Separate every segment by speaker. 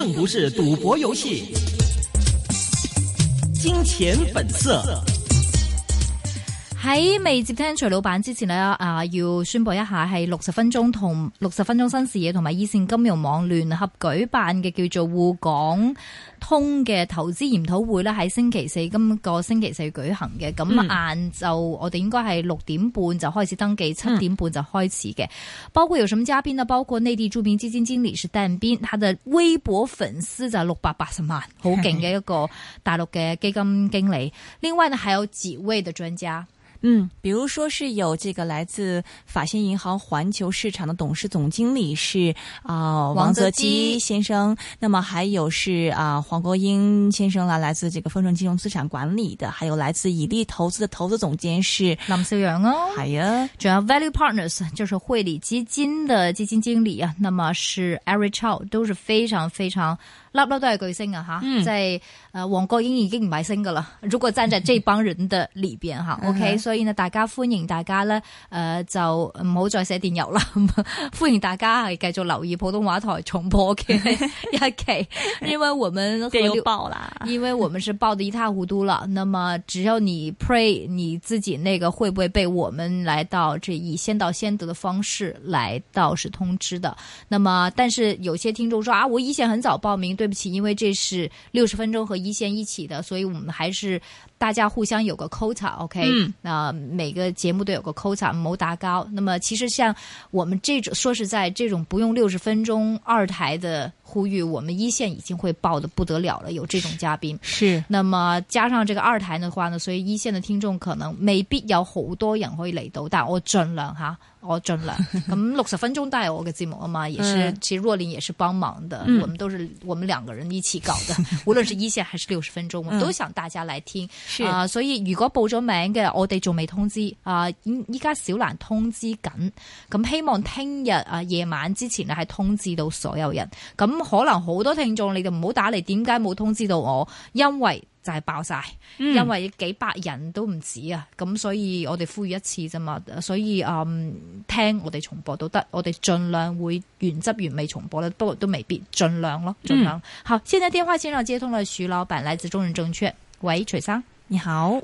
Speaker 1: 并不是赌博游戏。金钱本色。
Speaker 2: 喺未接聽徐老闆之前呢，啊要宣佈一下係六十分鐘同六十分鐘新視野同埋依線金融網聯合舉辦嘅叫做滬港通嘅投資研討會呢喺星期四今個星期四舉行嘅。咁晏晝我哋應該係六點半就開始登記，七點半就開始嘅。包括有什麼嘉賓呢？包括內地著名基金經理是但斌，他的微博粉絲就六百八十萬，好勁嘅一個大陸嘅基金經理。另外呢，還有幾位的專家。
Speaker 3: 嗯，比如说是有这个来自法信银行环球市场的董事总经理是啊、呃
Speaker 2: 王
Speaker 3: 王
Speaker 2: 泽
Speaker 3: 泽基
Speaker 2: 基
Speaker 3: 先生，那么还有是啊、黄国英先生啦，来自这个丰盛金融资产管理的，还有来自以利投资的投资总监是
Speaker 2: 林少陽哦，
Speaker 3: 海呀，
Speaker 2: 仲有 Value Partners 就是汇理基金的基金经理啊，那么是 Eric Chow 都是非常非常粒粒都係巨星啊吓，
Speaker 3: 嗯
Speaker 2: 即係诶黃國英已經唔係星噶啦，如果站在這幫人的裏邊吓
Speaker 3: 嗯
Speaker 2: o k 所以呢，大家歡迎大家咧诶、呃就唔好再寫電郵啦， 歡迎大家係繼續留意普通話台重播嘅 一期，因為我們和
Speaker 3: 电
Speaker 2: 六
Speaker 3: 邮报啦，
Speaker 2: 因为我们是爆的一塌糊涂了。 那么只要你 pray 你自己那个会不会被我们来到这以先到先得的方式来到是通知的。那么但是有些听众说啊，我一线很早报名，对不起，因为这是六十分钟和一线一起的，所以我们还是。大家互相有个 quota，OK，、那、每个节目都有个 quota，唔好打交。那么其实像我们这种，说实在，这种不用六十分钟二台的呼吁，我们一线已经会爆的不得了了，有这种嘉宾。
Speaker 3: 是
Speaker 2: 那么加上这个二台的话呢，所以一線嘅聽眾可能未必有好多人可以嚟到，但我盡量吓， 我盡 量。咁六十分鐘都係我嘅節目啊嘛，也是、
Speaker 3: 嗯
Speaker 2: 其實若琳也是幫忙的，我們都是我們兩個人一起搞 的，無論是一線還是六十分鐘，我
Speaker 3: 嗯
Speaker 2: 們都想大家來聽。
Speaker 3: 是
Speaker 2: 啊、所以如果報咗名嘅，我哋仲未通知啊，依依家小蘭通知緊，咁希望聽日啊夜晚之前咧係通知到所有人。咁可能好多聽眾你就唔好打嚟，點解冇通知到我？因為就係爆晒，
Speaker 3: 嗯
Speaker 2: 因為幾百人都唔止啊，咁所以我哋呼籲一次啫嘛，啊所以嗯聽我哋重播都得，我哋盡量會原汁原味重播啦，不過都未必，盡量咯，盡量。好，現在電話線上接通了徐老闆，來自中人證券，喂，徐生
Speaker 3: 你好，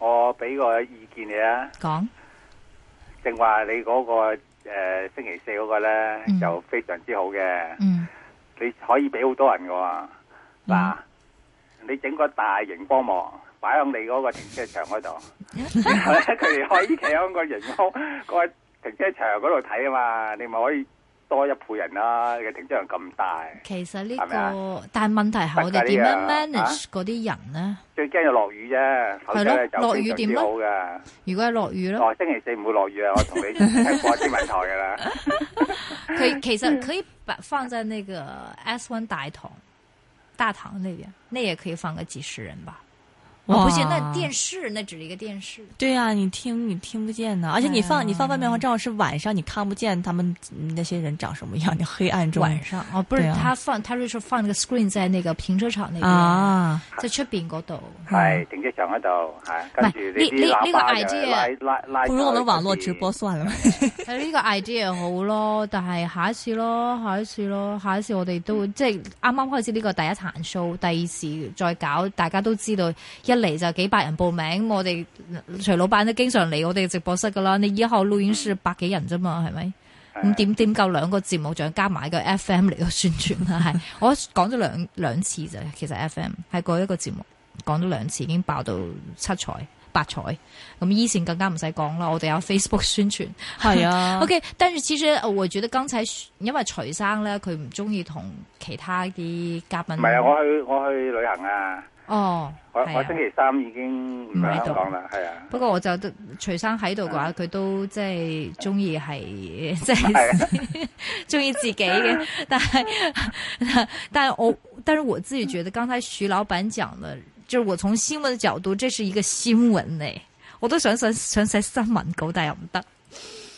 Speaker 4: 我俾個意見你啊，
Speaker 2: 講，
Speaker 4: 正話你嗰、個、呃、星期四嗰個咧、
Speaker 2: 嗯
Speaker 4: 就非常之好嘅，
Speaker 2: 嗯
Speaker 4: 你可以俾好多人嘅喎。嗱、你整個大型光幕擺喺你嗰個停車場嗰 度，佢哋可以企喺個營空個停車場嗰度睇啊嘛，你咪可以多一倍人啦。你個停車場咁大，
Speaker 2: 其實呢、
Speaker 4: 係咪啊
Speaker 2: 個，但係問題係我哋點樣 manage 嗰啲人呢？
Speaker 4: 最驚就落雨啫，否則咧
Speaker 2: 係咯
Speaker 4: 就
Speaker 2: 落雨
Speaker 4: 非常
Speaker 2: 點
Speaker 4: 之
Speaker 2: 咧
Speaker 4: 好嘅。
Speaker 2: 如果係落雨咯。
Speaker 4: 哦，星期四唔會落雨啊，我同你睇過天文台噶啦。
Speaker 2: 可以，其实可以把放在那个 S One 大堂大堂那边，那也可以放个几十人吧。哦，不行，那电
Speaker 3: 视
Speaker 2: 视那只是一个电视。
Speaker 3: 对啊，你听你听不见呢，而且你
Speaker 2: 哎
Speaker 3: 放、你放外面的话，正好是晚上，你看不见他们嗯那些人长什么样，你黑暗中
Speaker 2: 晚上哦，不是
Speaker 3: 对啊
Speaker 2: 他放，他是说放那个 screen 在那个停车场那边，
Speaker 3: 啊，
Speaker 2: 在出边嗰度。
Speaker 4: 系停車場嗰度，系跟住
Speaker 2: 喂
Speaker 4: 你
Speaker 2: 嗯呢呢
Speaker 4: 啲喇叭
Speaker 2: 呢個
Speaker 4: 就
Speaker 2: idea
Speaker 4: 拉拉拉咗去嗰邊。
Speaker 3: 不如我们网络直播算 了。
Speaker 2: 係呢個 idea 好咯，但係下一次咯，下一次咯，下一次我哋都即係啱啱開始呢個第一壇 show，第二時再搞，大家都知道一嚟就幾百人報名，我哋徐老闆都經常嚟我哋直播室噶啦，你以後錄影室百幾人啫嘛，係咪？
Speaker 4: 啊
Speaker 2: 咁點點夠兩個節目獎加埋個 FM 嚟到宣傳啦？係我講咗兩兩次啫，其實 FM 係嗰一個節目講咗兩次，已經爆到七彩八彩。咁以前更加唔使講啦，我哋有 Facebook 宣傳。
Speaker 3: 系
Speaker 4: 嗯
Speaker 3: 啊
Speaker 2: OK，但是其實呃我覺得剛才因為徐生咧，佢唔中意同其他啲嘉賓。
Speaker 4: 唔係啊，我去我去旅行啊，
Speaker 2: 哦，
Speaker 4: 我
Speaker 2: 係
Speaker 4: 我
Speaker 2: 啊
Speaker 4: 星期三已經唔
Speaker 2: 唔喺
Speaker 4: 喺
Speaker 2: 度
Speaker 4: 香港啦，係啊。
Speaker 2: 不過我就都徐生喺度嘅
Speaker 4: 嗯
Speaker 2: 話，佢都即係中意 係即
Speaker 4: 係啊
Speaker 2: 係 中意自己 嘅。但係 但係我，但是我自己覺得，剛才徐老闆講的，就是我從新聞嘅角度，這是一個新聞嚟，我都想想想寫新聞稿，但係又唔得。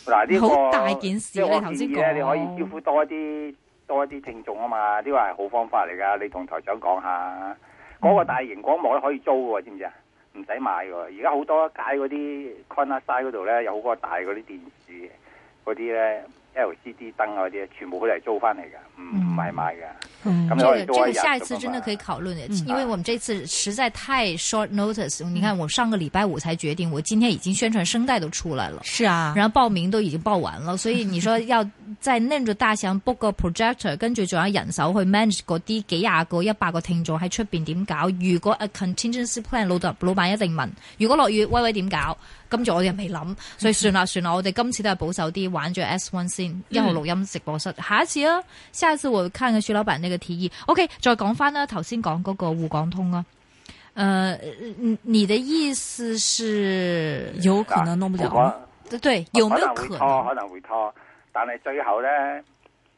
Speaker 4: 嗱呢個
Speaker 2: 好大件事啊
Speaker 4: 即係我
Speaker 2: 你頭
Speaker 4: 建
Speaker 2: 先
Speaker 4: 議咧，
Speaker 2: 講
Speaker 4: 你可以招呼多啲多啲聽眾啊嘛，呢個係好方法嚟㗎。你同台長講下，嗰
Speaker 2: 嗯
Speaker 4: 個大型廣幕咧可以租㗎喎，知唔知啊？唔使買㗎喎。而家好多街嗰啲 corner side 嗰度咧，有好多大嗰啲電視嗰啲咧， LCD 燈啊嗰啲，全部佢哋係租翻嚟噶，唔唔係買噶。
Speaker 3: 嗯
Speaker 4: 咁你
Speaker 2: 这
Speaker 4: 可以
Speaker 2: 个这
Speaker 4: 租一
Speaker 2: 个
Speaker 4: 日
Speaker 2: 下一
Speaker 4: 咁
Speaker 2: 次
Speaker 4: 啊
Speaker 2: 真的
Speaker 4: 嘛
Speaker 2: 可以考虑的，
Speaker 3: 嗯
Speaker 2: 因为我们这次实在太 short notice。你看，我上个礼拜五才决定，我今天已经宣传声带都出来了。
Speaker 3: 是啊，
Speaker 2: 然后报名都已經報完啦，所以你說要再拎住大象 book 個 projector，跟住仲有人手去 manage 嗰啲幾廿個、一百個聽眾喺出邊點搞？如果 a contingency plan 老豆老闆一定問，如果落雨威威點搞？跟住我哋未諗，所以算啦算啦，我哋今次都係保守啲，玩咗 S one 先，一號錄音直播室，下一次啊，下一次我看嘅徐老闆呢個提議。OK，再講翻啦，頭先講嗰個滬港通啊。呃，你你的意思是
Speaker 3: 有可
Speaker 2: 啊
Speaker 3: 能弄不了
Speaker 4: 嗱我
Speaker 3: 吗。
Speaker 2: 对，有沒有
Speaker 4: 能
Speaker 2: 可
Speaker 4: 會
Speaker 2: 能？
Speaker 4: 拖，可能會拖，但係最後咧，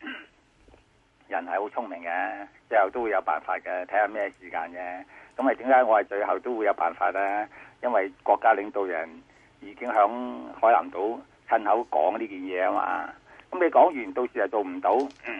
Speaker 4: 人係好聰明嘅，最後都會有辦法嘅，睇下咩時間啫。咁咪點解我係最後都會有辦法咧？因為國家領導人已經響海南島親口講呢件嘢啊嘛。咁你講完，到時又做唔到，嗯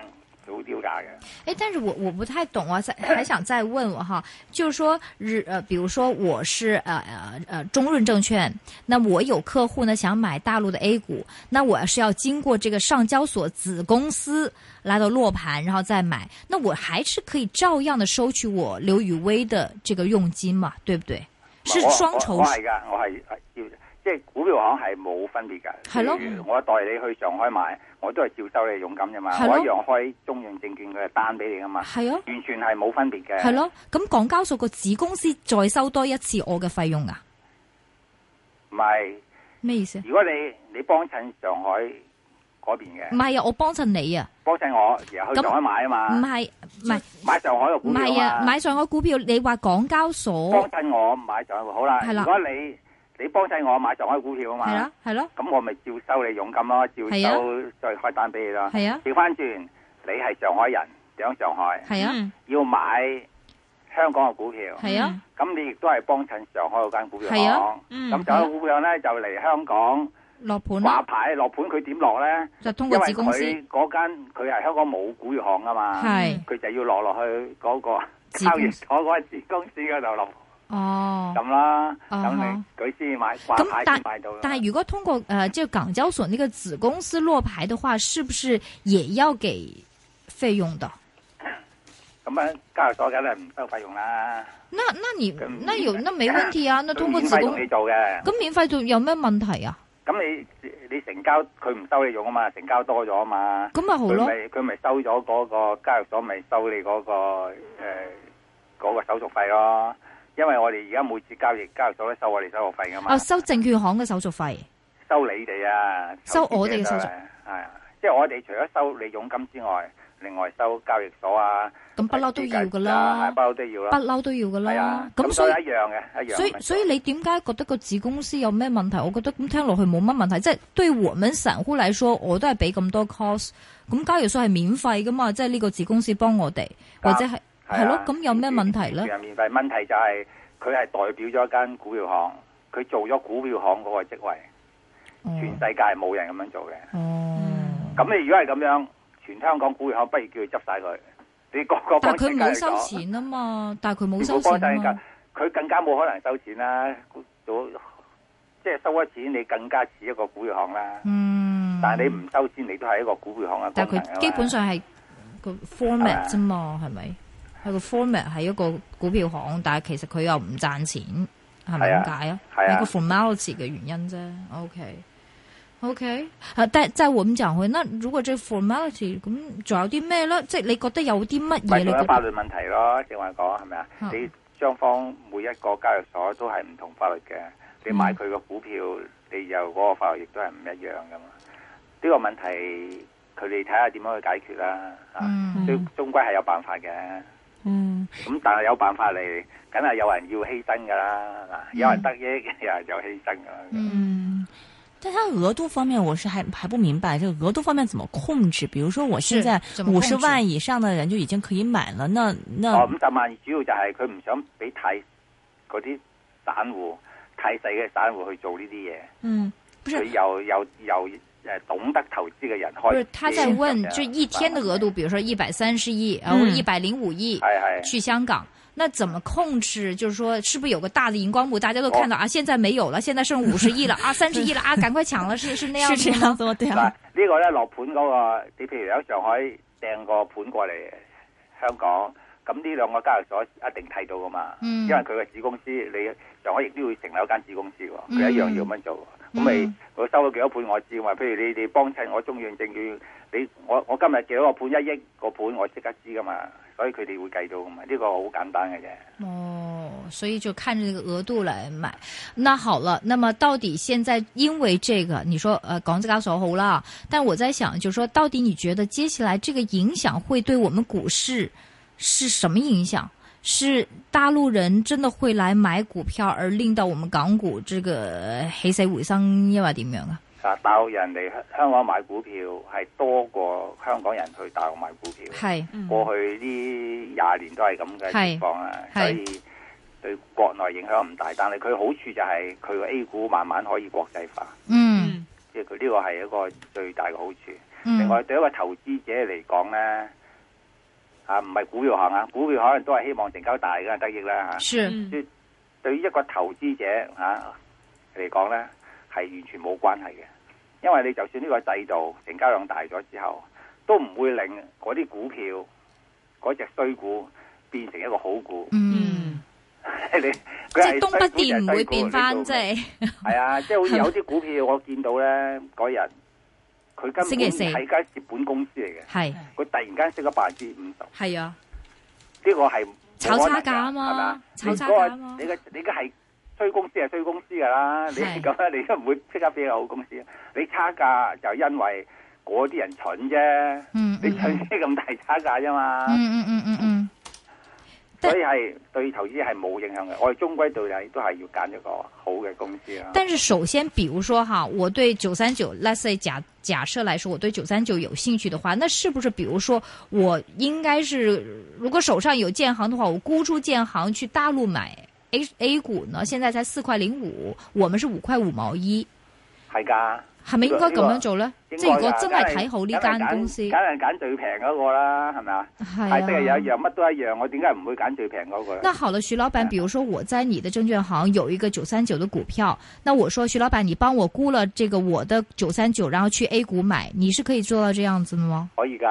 Speaker 4: 好丟架嘅。
Speaker 2: 哎，但是我我不太懂啊，再还想再问我哈，就是说日呃，比如说我是呃呃呃中润证券，那我有客户呢想买大陆的 A 股，那我是要经过这个上交所子公司来到落盘，然后再买，那我还是可以照样的收取我刘雨薇的这个佣金嘛，对不对？是
Speaker 4: 唔係我
Speaker 2: 双
Speaker 4: 我
Speaker 2: 重
Speaker 4: 我係㗎，我係係要即係股票行係冇分別㗎。
Speaker 2: 係咯
Speaker 4: 譬如我代你去上海買，我都係照收你佣金啫嘛。
Speaker 2: 係咯
Speaker 4: 我一樣開中潤證券嘅單俾你㗎嘛，
Speaker 2: 系啊
Speaker 4: 完全係冇分別嘅。
Speaker 2: 系，咯，咁港交所个子公司再收多一次我嘅费用啊？
Speaker 4: 唔係
Speaker 2: 咩意思？
Speaker 4: 如果你你幫襯上海嗰邊
Speaker 2: 唔
Speaker 4: 嘅，
Speaker 2: 系啊，我帮襯你啊，
Speaker 4: 幫襯我然後去
Speaker 2: 咁
Speaker 4: 上海買啊
Speaker 2: 唔
Speaker 4: 嘛，
Speaker 2: 系唔系。
Speaker 4: 買上海嘅股
Speaker 2: 唔
Speaker 4: 票啊
Speaker 2: 係啊，
Speaker 4: 嘛，
Speaker 2: 買上海股票，你話港交所
Speaker 4: 幫襯我買上海股好啦。
Speaker 2: 係啦
Speaker 4: 如果你你幫襯我買上海股票啊
Speaker 2: 係
Speaker 4: 嘛
Speaker 2: 啦，，係咯，
Speaker 4: 咁我咪照收你佣金咯，照
Speaker 2: 係啊
Speaker 4: 收再開單俾你咯。
Speaker 2: 係啊，
Speaker 4: 调翻轉，你係上海人，想上海
Speaker 2: 係啊，
Speaker 3: 嗯
Speaker 4: 要買香港嘅股票，
Speaker 2: 係啊，
Speaker 4: 咁你亦都係幫襯上海嗰間股票
Speaker 2: 係
Speaker 4: 行
Speaker 2: 啊。
Speaker 3: 嗯
Speaker 4: 咁上海股票咧就嚟香港
Speaker 2: 落盤
Speaker 4: 掛
Speaker 2: 啦，
Speaker 4: 牌落盤，佢點落咧？
Speaker 2: 就通
Speaker 4: 因
Speaker 2: 過
Speaker 4: 為
Speaker 2: 子公司，
Speaker 4: 佢嗰間佢係香港冇股票行啊嘛，
Speaker 2: 係
Speaker 4: 佢就要落落去嗰個
Speaker 2: 子
Speaker 4: 交易
Speaker 2: 公司
Speaker 4: 所嗰間子公司嗰度落
Speaker 2: 哦。
Speaker 4: 咁啦。
Speaker 2: 啊
Speaker 4: 咁
Speaker 2: 哈
Speaker 4: 你佢先買掛牌先買到㗎嘛。
Speaker 2: 但係如果通過呃，就港交所那個子公司落牌的話，是不是也要給費用的？
Speaker 4: 咁啊，交易所梗係唔收費用啦，
Speaker 2: 那那你
Speaker 4: 咁
Speaker 2: 那有那沒問題啊？那
Speaker 4: 佢
Speaker 2: 通過
Speaker 4: 免
Speaker 2: 子
Speaker 4: 費
Speaker 2: 公
Speaker 4: 同你做嘅。
Speaker 2: 咁免費仲有咩問題啊？
Speaker 4: 咁你你成交佢唔收你用啊嘛，成交多咗啊嘛，
Speaker 2: 咁咪好
Speaker 4: 佢
Speaker 2: 咯
Speaker 4: 咪，佢咪收咗嗰個交易所咪收你嗰、個诶嗰、個手續費咯。因為我哋而家每次交易交易所都收我哋手續費噶嘛，
Speaker 2: 啊收證券行嘅手續費，
Speaker 4: 收你哋啊，
Speaker 2: 收我哋嘅手續
Speaker 4: 係啊，即係我哋除咗收你佣金之外，另外收交易所啊，
Speaker 2: 咁不嬲都要噶
Speaker 4: 係
Speaker 2: 啦
Speaker 4: 啊不，嬲都要
Speaker 2: 不
Speaker 4: 啦，
Speaker 2: 嬲都要噶
Speaker 4: 係
Speaker 2: 啦
Speaker 4: 啊，，
Speaker 2: 咁
Speaker 4: 咁所
Speaker 2: 所
Speaker 4: 以
Speaker 2: 以。
Speaker 4: 一樣嘅，一樣嘅。
Speaker 2: 所以所以你點解覺得個子公司有咩問題？我覺得咁聽落去冇乜問題，即係對我們散戶嚟說，我都係俾咁多 cost，咁交易所係免費噶嘛，即係呢個子公司幫我哋，或
Speaker 4: 啊
Speaker 2: 者係係
Speaker 4: 係
Speaker 2: 咯
Speaker 4: 啊，
Speaker 2: 咁有咩問題咧？
Speaker 4: 全免費問題就係佢係代表咗一間股票行，佢做咗股票行嗰個職位，
Speaker 2: 哦
Speaker 4: 全世界係冇人咁樣做嘅。
Speaker 2: 哦，
Speaker 4: 咁你如果係咁樣，全香港股票行不如叫佢執晒佢，你個個
Speaker 2: 但係
Speaker 4: 幫
Speaker 2: 佢
Speaker 4: 襯
Speaker 2: 唔
Speaker 4: 交
Speaker 2: 好
Speaker 4: 易
Speaker 2: 收
Speaker 4: 所，
Speaker 2: 錢啊嘛，但係佢冇
Speaker 4: 全
Speaker 2: 收
Speaker 4: 部
Speaker 2: 錢
Speaker 4: 幫晒
Speaker 2: 啊
Speaker 4: 佢
Speaker 2: 嘛，，
Speaker 4: 佢更加冇可能收錢啦。做即係收咗錢，你更加似一個股票行啦。
Speaker 2: 嗯，
Speaker 4: 但係你唔收錢，你都係一個股票行嘅
Speaker 2: 但
Speaker 4: 功
Speaker 2: 係
Speaker 4: 能啊嘛
Speaker 2: 佢基本上係個 format 啫嘛，係咪？係個 format 係一個股票行，但係其實佢又唔賺錢，係咪
Speaker 4: 係啊
Speaker 2: 咁解啊？
Speaker 4: 係啊
Speaker 2: 係個 formality 嘅原因啫。OK。OK，啊，但即係我咁講回，那如果這 formality 咁，仲有啲咩咧？即係你覺得有啲乜嘢？
Speaker 4: 咪
Speaker 2: 你
Speaker 4: 仲
Speaker 2: 覺
Speaker 4: 有法
Speaker 2: 得
Speaker 4: 律問題咯，正話講係咪啊
Speaker 2: 嗯？
Speaker 4: 你雙方每一個交易所都係唔同法律嘅，你
Speaker 2: 嗯
Speaker 4: 買佢個股票，你又嗰個法律亦都係唔一樣噶嘛。呢、個問題佢哋睇下點樣去解決啦。啊，
Speaker 2: 嗯
Speaker 4: 終終歸係有辦法嘅。
Speaker 3: 嗯
Speaker 4: 咁但係有辦法嚟，梗係有人要犧牲噶啦。嗱、有人得益，有人就犧牲噶啦。
Speaker 2: 嗯
Speaker 3: 嗯，但它额度方面，我是还还不明白，这个额度方面怎么控制？比如说，我现
Speaker 2: 是
Speaker 3: 在
Speaker 2: 怎么
Speaker 3: 五
Speaker 2: 控制
Speaker 3: 十万以上的人就已经可以买了，那那
Speaker 4: 哦，五十萬主要就係佢唔想俾太嗰啲散戶太細嘅散戶去做呢啲嘢。
Speaker 3: 嗯，不
Speaker 4: 佢
Speaker 3: 是
Speaker 4: 有有有誒懂得投資嘅人
Speaker 2: 不
Speaker 4: 開
Speaker 2: 是
Speaker 4: 始，
Speaker 2: 他在問，就一天的額度，比如說一百三十億，啊，或者
Speaker 3: 嗯
Speaker 2: 一百零五億
Speaker 4: 係係
Speaker 2: 去香港，那怎么控制？就是说，是不是有个大的荧光幕，大家都看到、
Speaker 3: 哦
Speaker 2: 啊？现在没有了，现在剩五十亿了 啊，三十亿了啊，赶快抢了，是是那样
Speaker 3: 是
Speaker 2: 子
Speaker 3: 这
Speaker 2: 吗
Speaker 3: 样子吗？对
Speaker 4: 嗱
Speaker 3: 啊，
Speaker 4: 呢個咧落盤嗰個，你譬如喺上海掟個盤過嚟香港，咁呢兩個交易所一定睇到噶嘛，
Speaker 2: 嗯
Speaker 4: 因為佢嘅子公司，你上海亦都要成立一間子公司喎，佢一樣要咁樣做喎，
Speaker 2: 嗯
Speaker 4: 咁咪我收咗幾多盤我知㗎嘛，譬如你哋幫襯我中遠證券，你我我今日幾多個盤一億個盤我即刻知噶嘛，所以佢哋會計到噶嘛，呢個好簡單嘅啫。
Speaker 2: 哦，所以就看着这个额度来买。那好了，那么到底现在因为这个，你说呃，港资交所好啦，但我在想，就是说到底你觉得接下来这个影响会对我们股市是什么影响？是大陆人真的会来买股票，而令到我们港股这个呃起死回生，抑或点样啊？
Speaker 4: 嗱，大陸人嚟香港買股票係多過香港人去大陸買股票。
Speaker 2: 系
Speaker 4: 過去呢廿年都係咁嘅
Speaker 2: 嗯係
Speaker 4: 情況啊，
Speaker 2: 係
Speaker 4: 所以對國內影響唔大，但係佢好處就係佢個 A 股慢慢可以國際化，
Speaker 2: 嗯
Speaker 3: 嗯
Speaker 4: 即係佢呢個係一個最大嘅好處。另
Speaker 2: 嗯
Speaker 4: 外對一個投資者嚟講呢，啊唔係股票行啊，股票可能都係希望成交大嘅得益啦嚇。
Speaker 2: 是
Speaker 3: 嗯
Speaker 4: 對於一個投資者嚇嚟講呢，係完全冇關係嘅，因為你就算呢個制度成交量大咗之後，都唔會令嗰啲股票嗰只衰股變成一個好股。
Speaker 2: 嗯，
Speaker 3: 嗯
Speaker 4: 你
Speaker 2: 即
Speaker 4: 佢
Speaker 2: 系
Speaker 4: 係
Speaker 2: 东
Speaker 4: 衰
Speaker 2: 北
Speaker 4: 股就
Speaker 2: 电
Speaker 4: 係
Speaker 2: 唔
Speaker 4: 衰
Speaker 2: 会
Speaker 4: 股
Speaker 2: 变翻，即
Speaker 4: 你做咩
Speaker 2: 系
Speaker 4: 係 啊，即係好似有啲股票我見到呢嗰日，佢根本
Speaker 2: 星期四
Speaker 4: 係間蝕本公司嚟嘅，
Speaker 2: 系
Speaker 4: 佢突然間升咗百分之五十。
Speaker 2: 系啊，
Speaker 4: 呢個係
Speaker 2: 炒差價啊
Speaker 4: 價
Speaker 2: 嘛炒差價啊嘛
Speaker 4: 你個你嘅係衰公司係衰公司㗎啦，你
Speaker 2: 係
Speaker 4: 咁樣你 都唔會即刻俾個好公司。你差價就因為嗰啲人蠢啫，
Speaker 2: 嗯
Speaker 4: 你
Speaker 2: 嗯
Speaker 4: 蠢
Speaker 2: 嗯
Speaker 4: 先咁大差價啫嘛。
Speaker 2: 嗯嗯嗯嗯。但
Speaker 4: 所以係對投資係冇影響嘅。我哋終歸到底都係要揀一個好嘅公司啊。
Speaker 2: 但是首先，比如说哈，我对九三九，let's say 假假设来说，我对九三九有兴趣的话，那是不是比如说我应该是，如果手上有建行的话，我沽出建行去大陆买 A A 股呢？现在才四块零五，我们是五块五毛一，
Speaker 4: 係㗎。
Speaker 2: 系咪应该咁样做呢？
Speaker 4: 應
Speaker 2: 即系如
Speaker 4: 該
Speaker 2: 果
Speaker 4: 㗎
Speaker 2: 真系睇好呢間公司，啊
Speaker 4: 梗係揀最平嗰個啦，係咪啊？係即係有一
Speaker 2: 系啊。
Speaker 4: 樣乜都一樣，我點解唔會揀最平嗰個咧？
Speaker 2: 那好了，徐老
Speaker 4: 嗯
Speaker 2: 板，比如说我在你的证券行有一个九三九的股票，那我说徐老板，你帮我估了这个我的九三九，然后去 A 股买，你是可以做到这样子的吗？
Speaker 4: 可以㗎。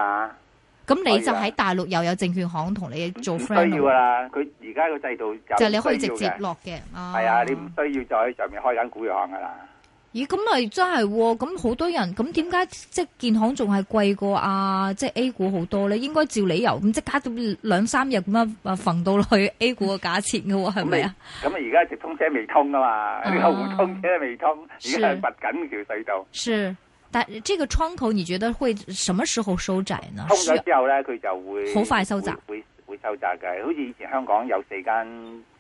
Speaker 2: 咁
Speaker 4: 啊
Speaker 2: 你就喺大陸又有證券行同你做
Speaker 4: 唔
Speaker 2: friend
Speaker 4: 需要噶
Speaker 2: 咯
Speaker 4: 啦，佢而家個制度就
Speaker 2: 就你可以直
Speaker 4: 唔需
Speaker 2: 接
Speaker 4: 要嘅。
Speaker 2: 落嘅。系
Speaker 4: 啊係啊，你唔需要再喺上面開緊股票行噶啦。
Speaker 2: 咦，咁咪真係喎？咁好多人，咁點解即係建行仲係貴過啊？即係 A 股好多咧？應該照理由咁即刻到兩三日咁樣啊，揈到落去 A 股嘅價錢嘅喎，係咪啊？
Speaker 4: 咁你而家直通車未通啊嘛，
Speaker 2: 啊
Speaker 4: 你個互通車未通，而家
Speaker 2: 是
Speaker 4: 係拔緊條隧道。
Speaker 2: 是，但这個窗口你覺得會什麼時候收窄呢？
Speaker 4: 通
Speaker 2: 需要
Speaker 4: 咗之後咧，佢就會
Speaker 2: 好快收窄
Speaker 4: 會會會收窄嘅。好似以前香港有四間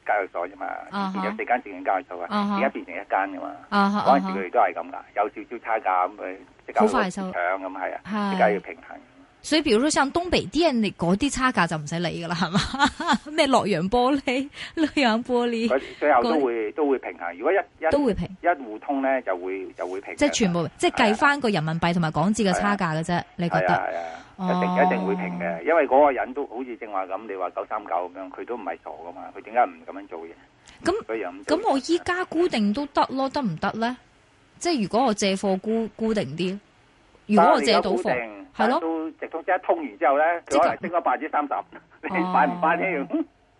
Speaker 4: 交易所啫嘛，
Speaker 2: 啊
Speaker 4: 以前有
Speaker 2: 哈
Speaker 4: 四間證券交易所
Speaker 2: 啊
Speaker 4: 啊，
Speaker 2: 哈
Speaker 4: 而家變成一間噶嘛。
Speaker 2: 啊哈啊
Speaker 4: 嗰
Speaker 2: 哈
Speaker 4: 陣時佢哋都係咁噶，有少少差價咁佢即刻
Speaker 2: 好快收
Speaker 4: 搶咁係啊，
Speaker 2: 係
Speaker 4: 即刻要平衡。
Speaker 2: 所以，比如說像東北電，你嗰啲差價就唔使理噶啦，係嘛？ 咩洛陽玻璃、 洛陽玻璃
Speaker 4: 佢最後
Speaker 2: 嗰
Speaker 4: 都會都會平衡。如果一一
Speaker 2: 都會平。
Speaker 4: 一互通咧就會就會平嘅，啊
Speaker 2: 即係全部，即係計翻個人民幣同埋港紙嘅
Speaker 4: 係
Speaker 2: 差
Speaker 4: 啊
Speaker 2: 價嘅啫。你覺
Speaker 4: 係
Speaker 2: 得
Speaker 4: 啊係啊，一定
Speaker 2: 哦
Speaker 4: 一定會平嘅，因為嗰個人都好似正話咁，你話九三九咁樣，佢都唔係傻噶嘛，佢點解唔咁樣做嘢？
Speaker 2: 咁
Speaker 4: 佢又咁做
Speaker 2: 咁，我依家估定都得咯，得唔得咧？即係如果我借貨估估定啲，如果我借到
Speaker 4: 但
Speaker 2: 貨，
Speaker 4: 係
Speaker 2: 係咯
Speaker 4: 都直通車一通完之後咧，
Speaker 2: 即刻
Speaker 4: 佢可能升咗百分之三十， 你
Speaker 2: 哦
Speaker 4: 買唔翻添？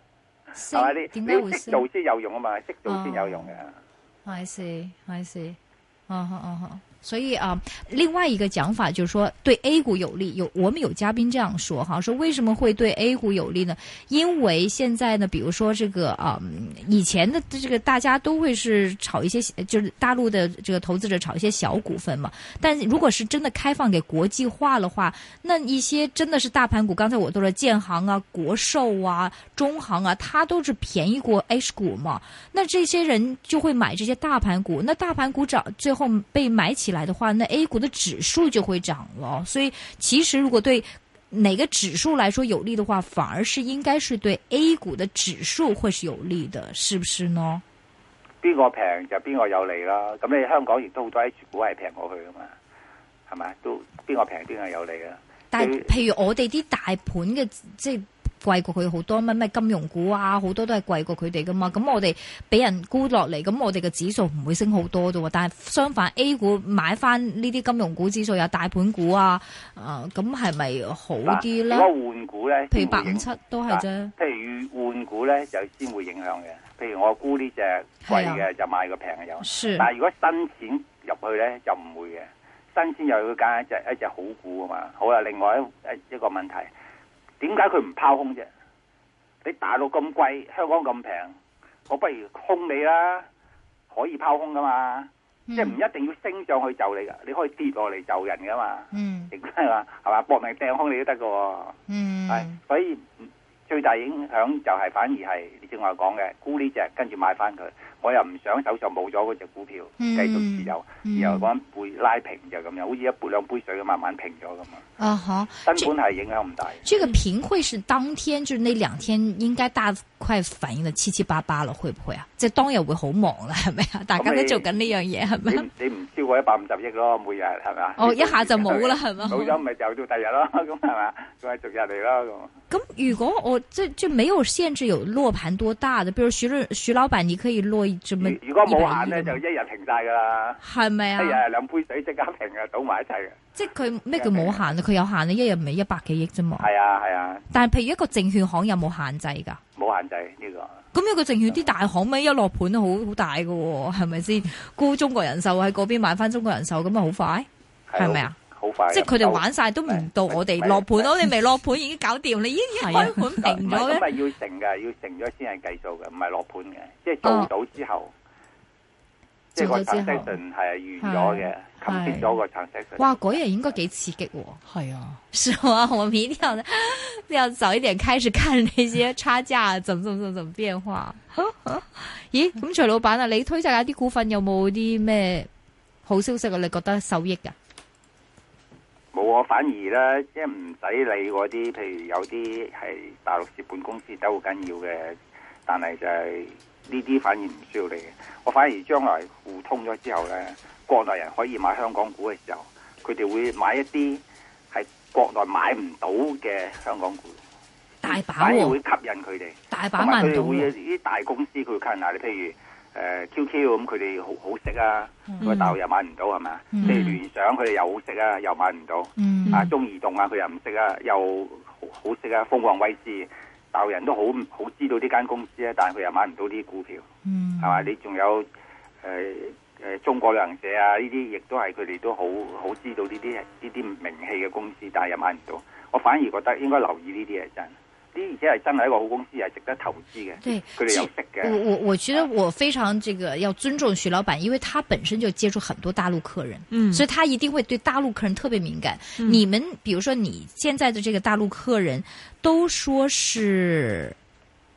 Speaker 4: 係咪？
Speaker 2: 升
Speaker 4: 你
Speaker 2: 點
Speaker 4: 你
Speaker 2: 解
Speaker 4: 要
Speaker 2: 會
Speaker 4: 識做
Speaker 2: 升哦
Speaker 4: 先有用啊嘛，識做先有用嘅。
Speaker 2: ？I see，I see，啊哈啊哈。所以啊，另外一个讲法就是说，对 A 股有利。有我们有嘉宾这样说哈，说为什么会对 A 股有利呢？因为现在呢，比如说这个啊、嗯以前的这个大家都会是炒一些，就是大陆的这个投资者炒一些小股份嘛。但如果是真的开放给国际化的话，那一些真的是大盘股，刚才我都说建行啊、国寿啊、中行啊，它都是便宜过 H 股嘛。那这些人就会买这些大盘股，那大盘股涨，最后被买起来的话，那 A 股的指数就会涨了。所以其实如果对哪个指数来说有利的话，反而是应该是对 A 股的指数会是有利的，是不是呢？
Speaker 4: 邊個平就邊個有利啦。咁你香港亦都好多 H 股係平過去噶嘛，係咪？都邊個平邊個有利啊？
Speaker 2: 但係
Speaker 4: 嗯
Speaker 2: 譬如我哋啲大盤嘅即係貴過佢好多，咩咩金融股啊，好多都係貴過佢哋噶嘛。咁我哋俾人沽落嚟，咁我哋嘅指數唔會升好多啫喎。但係相反 A 股買翻呢啲金融股指數有大盤股啊，啊咁係咪好啲
Speaker 4: 嗱，
Speaker 2: 咧
Speaker 4: 如？果換股咧，
Speaker 2: 譬如
Speaker 4: 先會
Speaker 2: 八
Speaker 4: 影
Speaker 2: 五七都係啫，
Speaker 4: 譬如換股咧，就先會影響嘅。譬如我沽呢只貴嘅，就買個平嘅有。
Speaker 2: 啊是
Speaker 4: 但係如果新錢入去咧，就唔會嘅。新錢入去揀一隻一隻好股啊嘛。好啦，另外一一個問題，點解佢唔拋空啫？你大陸咁貴，香港咁平，我不如空你啦，可以拋空噶嘛。
Speaker 2: 嗯
Speaker 4: 即係唔一定要升上去就你噶，你可以跌落嚟就人噶嘛。
Speaker 2: 嗯
Speaker 4: 亦都係話係嘛，搏命掟空你都得噶喎、係，
Speaker 2: 嗯
Speaker 4: 所以最大影響就係反而係你正話講嘅，沽呢只跟住買翻佢，我又唔想手上冇咗嗰只股票，
Speaker 2: 嗯
Speaker 4: 繼續持有，
Speaker 2: 嗯
Speaker 4: 然後講杯拉平就咁樣，好似一杯兩杯水咁慢慢平咗咁啊，
Speaker 2: 啊哈。
Speaker 4: 根本係影響唔大。
Speaker 2: 这个平会是当天，就是那两天應該大概反應得七七八八啦，會唔會啊？即係當日會好忙 啦，係咪啊？大家都做緊呢樣嘢，係咪啊？
Speaker 4: 你你唔超過一百五十億咯，每日係咪啊？
Speaker 2: 哦，一下就冇 啦，，係咪
Speaker 4: 冇咗咪就到第日咯，咁係嘛？仲係逐日嚟咯
Speaker 2: 咁如果我即即沒有限制有落盤多大的，比如徐律徐老闆，你可以落一什麼
Speaker 4: 咁。如如果
Speaker 2: 100
Speaker 4: 冇限哎咧，就一日平晒噶啦，
Speaker 2: 係咪
Speaker 4: 一
Speaker 2: 啊？
Speaker 4: 日係兩杯水即刻平啊，倒埋一齊嘅。
Speaker 2: 即係佢咩叫冇限啊？
Speaker 4: 哎
Speaker 2: 佢有限啊，一日咪一百幾億啫嘛。
Speaker 4: 係啊係啊，
Speaker 2: 但係譬如一個證券行有冇限制㗎？
Speaker 4: 冇限制呢個。
Speaker 2: 咁有個證券啲大行咪一落盤都好好大嘅喎，係咪先？沽中國人壽喺嗰邊買翻中國人壽，咁咪好快？係咪啊？
Speaker 4: 好快啊，
Speaker 2: 即係佢哋玩晒都唔到
Speaker 4: 咪
Speaker 2: 我哋
Speaker 4: 咪
Speaker 2: 落盤，我哋未落盤已經搞掂啦，已經
Speaker 3: 係啊
Speaker 2: 開盤定
Speaker 4: 唔係
Speaker 2: 咗
Speaker 4: 咁
Speaker 2: 咧。
Speaker 4: 咪要成嘅，要成咗先係計數嘅，唔係落盤嘅，即係做到之後，即係個
Speaker 2: 哦做到之後
Speaker 4: transaction 係完咗嘅
Speaker 2: 係
Speaker 4: ，complete 咗個 transaction。
Speaker 2: 哇！嗰日應該幾刺激喎，
Speaker 3: 係啊。
Speaker 2: 是嗎？ 我們一定要要 早一點開始看那些差價怎麼怎麼怎麼怎麼變化。 咦？咁徐老闆啊，你推介下啲股份有冇啲咩好消息啊？你覺得受益㗎？
Speaker 4: 冇我反而咧，即係唔使理嗰啲，譬如有啲係大陸蝕本公司都好緊要嘅，但係就係呢啲反而唔需要理嘅。我反而將來互通咗之後咧，國內人可以買香港股嘅時候，佢哋會買一啲係國內買唔到嘅香港股，
Speaker 2: 大把
Speaker 4: 反而會
Speaker 2: 喎，
Speaker 4: 吸引佢哋。
Speaker 2: 大把
Speaker 4: 同
Speaker 2: 買
Speaker 4: 埋
Speaker 2: 唔
Speaker 4: 佢
Speaker 2: 到
Speaker 4: 哋會有
Speaker 2: 喎。
Speaker 4: 啲大公司佢會吸引下你，啊譬如誒、呃 QQ 咁，佢哋好好食啊，咁啊大陸又買唔到係咪啊？
Speaker 2: 嗯
Speaker 4: 譬如聯想佢哋又好食啊，又買唔到。
Speaker 2: 嗯
Speaker 4: 啊，中移動啊，佢又唔識啊，又好好識啊，鳳凰衛視，大陸人都好好知道呢間公司啊，但係佢又買唔到啲股票，
Speaker 2: 嗯
Speaker 4: 係嘛？你仲有誒誒、呃中國旅行社啊，呢啲亦都係佢哋都好好知道呢啲呢啲名氣嘅公司，但係又買唔到。我反而覺得應該留意呢啲嘢真，呢而且係真係一個好公司，係值得投資嘅，
Speaker 2: 對
Speaker 4: 佢哋有識
Speaker 2: 我
Speaker 4: 嘅。
Speaker 2: 我我觉得我非常这个要尊重徐老板，因为他本身就接触很多大陆客人，
Speaker 3: 嗯
Speaker 2: 所以他一定会对大陆客人特别敏感。你们比如说你现在的这个大陆客人，都说是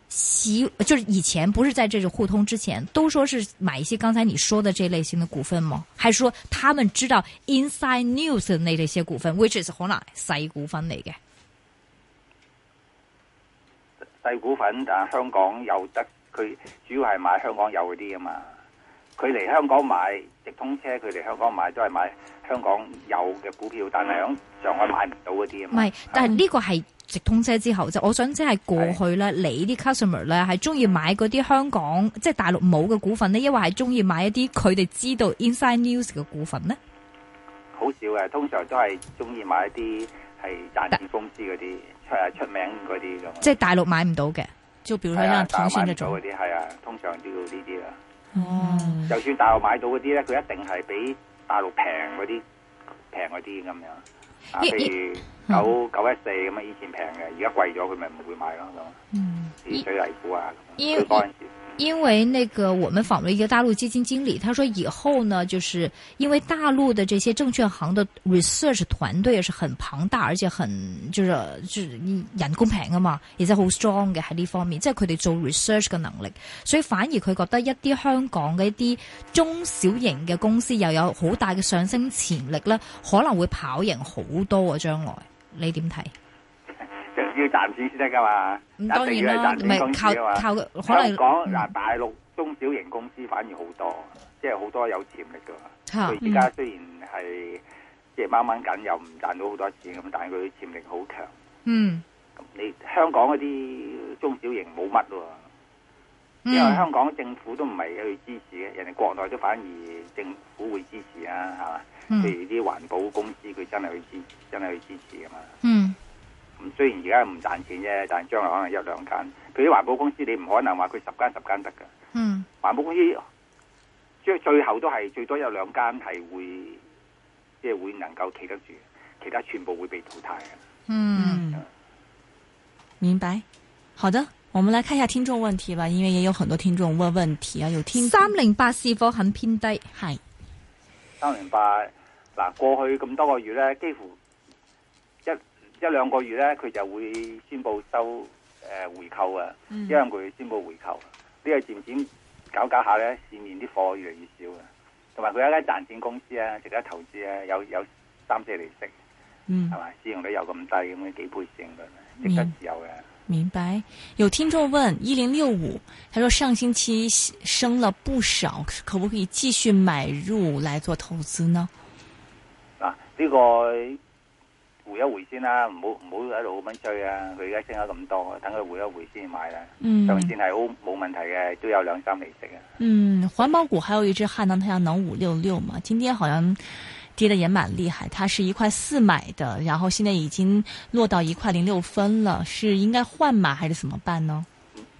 Speaker 2: 习，就是以前不是在这种互通之前，都说是买一些刚才你说的这类型的股份吗？还是说他们知道 inside news 的那这些股份，which is 可能细股份嚟嘅？
Speaker 4: 細股份，但係香港有得，佢主要係買香港有嗰啲啊嘛。佢嚟香港買直通車，佢嚟香港買都係買香港有嘅股票，但係喺上海買唔到嗰啲啊
Speaker 2: 嗯唔
Speaker 4: 嘛。
Speaker 2: 係，但係呢個係直通車之後啫。我想即係過去咧，你啲 customer 咧係中意買嗰啲香港即係大陸冇嘅股份呢，抑或係中意買一啲佢哋知道 inside news 嘅股份呢？
Speaker 4: 好少嘅，通常都係中意買一啲係賺錢公司嗰啲，出出名嗰啲咁啊。
Speaker 2: 即係大陸買唔到嘅。
Speaker 3: 就比如说
Speaker 4: 係
Speaker 3: 像
Speaker 4: 啊，
Speaker 3: 腾
Speaker 4: 大陸
Speaker 3: 讯
Speaker 4: 買
Speaker 3: 这
Speaker 4: 唔到
Speaker 3: 种
Speaker 4: 嗰，啲係啊，通常都要呢啲啦。啊
Speaker 3: 哦，
Speaker 4: 就算大陸買到嗰啲咧，佢一定係比大陸平嗰啲平嗰啲咁樣。啊，
Speaker 2: 依
Speaker 4: 譬如
Speaker 2: 嗯
Speaker 4: 九九一四咁啊，以前平嘅，而家貴咗，佢咪唔會買咯咁。
Speaker 2: 嗯
Speaker 4: 啲水泥股啊，
Speaker 2: 依
Speaker 4: 咁佢嗰陣時
Speaker 2: 因为那个我们访问一个大陆基金经理，他说以后呢，就是因为大陆的这些证券行的 research 团队是很庞大，而且很就是就是人工平啊嘛，而且好 strong 嘅喺呢方面，即係佢哋做 research 嘅能力，所以反而佢覺得一啲香港嘅一啲中小型嘅公司又有好大嘅上升潛力咧，可能會跑贏好多啊！將來你點睇？
Speaker 4: 就要賺錢先得噶嘛。
Speaker 2: 咁當
Speaker 4: 一
Speaker 2: 然
Speaker 4: 定要係
Speaker 2: 啦，
Speaker 4: 賺
Speaker 2: 唔
Speaker 4: 錢
Speaker 2: 係
Speaker 4: 公司
Speaker 2: 靠
Speaker 4: 㗎嘛。
Speaker 2: 靠可能嗯
Speaker 4: 香港嗱，大陸中小型公司反而好多，即係好多有潛力噶嘛。
Speaker 2: 嚇嗯
Speaker 4: 佢而家雖然係即係掹掹緊，又唔賺到好多錢咁，但係佢潛力好強。
Speaker 2: 嗯
Speaker 4: 咁你香港嗰啲中小型冇乜喎。因為
Speaker 2: 嗯
Speaker 4: 香港政府都唔係去支持嘅，人哋國內都反而政府會支持啊，係嘛？譬
Speaker 2: 嗯
Speaker 4: 如啲環保公司佢真係去支，真係去支持啊嘛。
Speaker 2: 嗯
Speaker 4: 咁雖然而家唔賺錢啫，但係將來可能一兩間。譬如啲環保公司，你唔可能話佢十間十間得㗎。
Speaker 2: 嗯
Speaker 4: 環保公司最最後都係最多有兩間係會，即係會能夠企得住，其他全部會被淘汰嘅。啊
Speaker 2: 嗯，
Speaker 3: 嗯，明白。好的，我们来看一下听众问题吧，因为也有很多听众问问题啊，有听
Speaker 2: 三零八是否很偏低？
Speaker 3: 嗨，
Speaker 4: 三零八嗱，過去咁多個月咧，幾乎一一兩個月咧，佢就會宣布收誒、呃回購啊，一兩個月宣布回購，啊呢、個漸漸搞搞下咧，市面啲貨越嚟越少啊，同埋佢有一間賺錢公司啊，值得投資啊，有有三四厘息
Speaker 3: 嗯
Speaker 4: 係，咪？市盈率又咁低，咁樣幾倍市盈率，值得持有嘅。
Speaker 3: 明白。有听众问一零六五，他说上星期升了不少，可不可以继续买入来做投资呢？
Speaker 4: 嗱，呢個回一回先啦，唔好唔好喺度咁樣追啊！佢而家升咗咁多，等佢回一回先買啦。
Speaker 3: 嗯
Speaker 4: 上線係好冇問題嘅，都有兩三厘息嘅。
Speaker 3: 嗯，环保股还有一只汉能太阳能五六六嘛，今天好像跌的也蛮厉害，它是一块四买的，然后现在已经落到一块零六分了，是应该换码还是怎么办呢？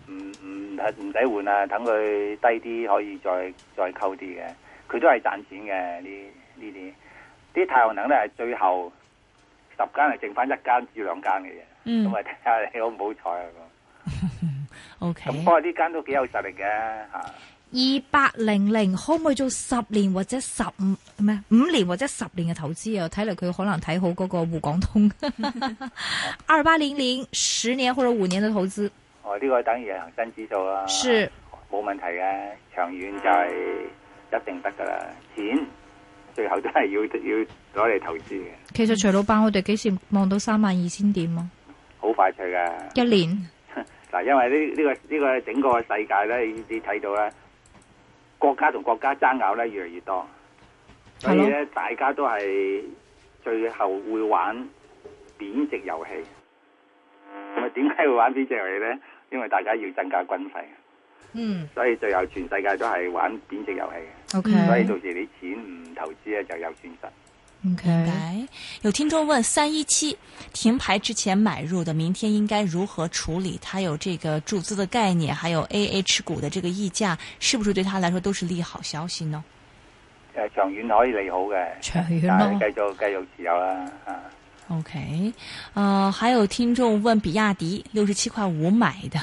Speaker 4: 唔唔唔使換啦，等佢低啲可以再再溝啲嘅。佢都係賺錢嘅呢呢啲。啲太陽能咧係最後十間係剩翻一間至兩間嘅啫。
Speaker 3: 嗯
Speaker 4: 咁啊睇下你好唔好彩啊咁。
Speaker 3: ，OK，
Speaker 4: 咁不過呢間都幾有實力嘅嚇。
Speaker 2: 二八零零可唔可以做十年或者十五咩五年或者十年嘅投資啊？睇嚟佢可能睇好嗰個滬港 通。二八零零十年或者五年嘅投資
Speaker 4: 我哦呢個等於係恒生指數啦。
Speaker 2: 是
Speaker 4: 冇問題嘅，長遠就係一定得噶啦。錢最後都係要要攞嚟投資嘅，
Speaker 2: 其實徐老闆，我哋幾時望到三萬二千點啊？
Speaker 4: 好快脆噶。
Speaker 2: 一年
Speaker 4: 嗱，因為呢、呢個呢、個整個世界咧，你你睇到咧，國家同國家爭拗咧越嚟越多，所以咧大家都係最後會玩貶值遊戲。咁啊，點解會玩貶值遊戲咧？因為大家要增加軍費，
Speaker 2: 嗯
Speaker 4: 所以最後全世界都係玩貶值遊戲。
Speaker 2: ，OK
Speaker 4: 所以到時你錢唔投資咧就有損失。
Speaker 2: 嗯
Speaker 3: 明
Speaker 2: OK，
Speaker 3: 白。哎有听众问三一七停牌之前买入的，明天应该如何处理？它有这个注资的概念，还有 A H 股的这个溢价，是不是对它来说都是利好消息呢？
Speaker 4: 誒，長遠可以利好嘅，
Speaker 2: 長遠
Speaker 4: 但係
Speaker 2: 咯
Speaker 4: 你繼續繼續持有啦。啊
Speaker 3: OK，呃，还有听众问比亚迪六十七块五买的，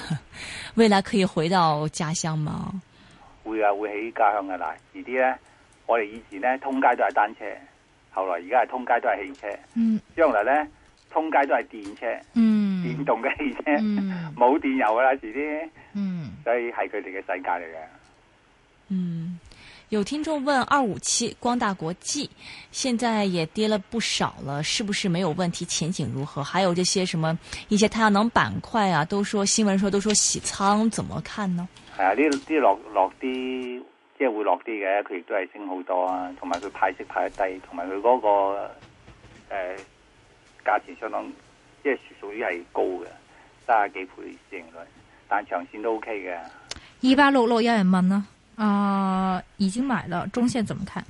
Speaker 3: 未来可以回到家乡吗？
Speaker 4: 會啊，會起家鄉嘅嗱，遲啲咧，我哋以前咧通街都係單車，後來而家係通街都係汽車，
Speaker 2: 嗯
Speaker 4: 將來咧通街都係電車，電
Speaker 2: 嗯
Speaker 4: 動嘅汽車，
Speaker 2: 嗯
Speaker 4: 冇、電油噶啦，遲啲，
Speaker 2: 嗯，
Speaker 4: 所以係佢哋嘅世界嚟嘅。
Speaker 3: 嗯，有听众问二五七光大国际现在也跌了不少了，是不是没有问题？前景如何？还有这些什么一些太阳能板块啊，都说新闻说都说洗仓，怎么看呢？
Speaker 4: 係啊，呢啲落落啲，即係會落啲嘅，佢亦都係升好多啊，同埋佢派息派得低，同埋佢嗰個誒價、錢相當，即係屬於係高嘅，三十幾倍市盈率，但長線都 OK 嘅。
Speaker 2: 二八六六有人問啦，啊、已經買了，中線怎麼看？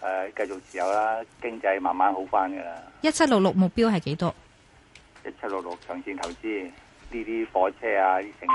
Speaker 4: 誒、呃繼續持有啦，經濟慢慢好翻㗎啦。
Speaker 2: 一七六六目標係幾多？
Speaker 4: 一七六六長線投資呢啲火車啊，啲成。